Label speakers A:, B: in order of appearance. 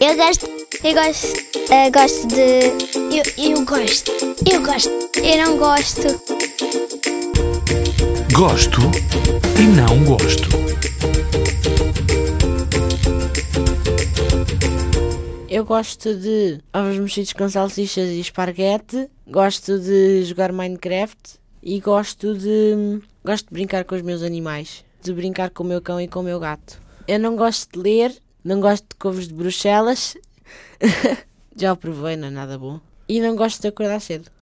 A: Eu gosto. Eu gosto. Eu gosto de. Eu, eu gosto. Eu gosto. Eu não gosto.
B: Gosto e não gosto.
C: Eu gosto de ovos mexidos com salsichas e esparguete. Gosto de jogar Minecraft. E gosto de. Gosto de brincar com os meus animais. De brincar com o meu cão e com o meu gato. Eu não gosto de ler. Não gosto de couves de Bruxelas. Já o provei, não é nada bom. E não gosto de acordar cedo.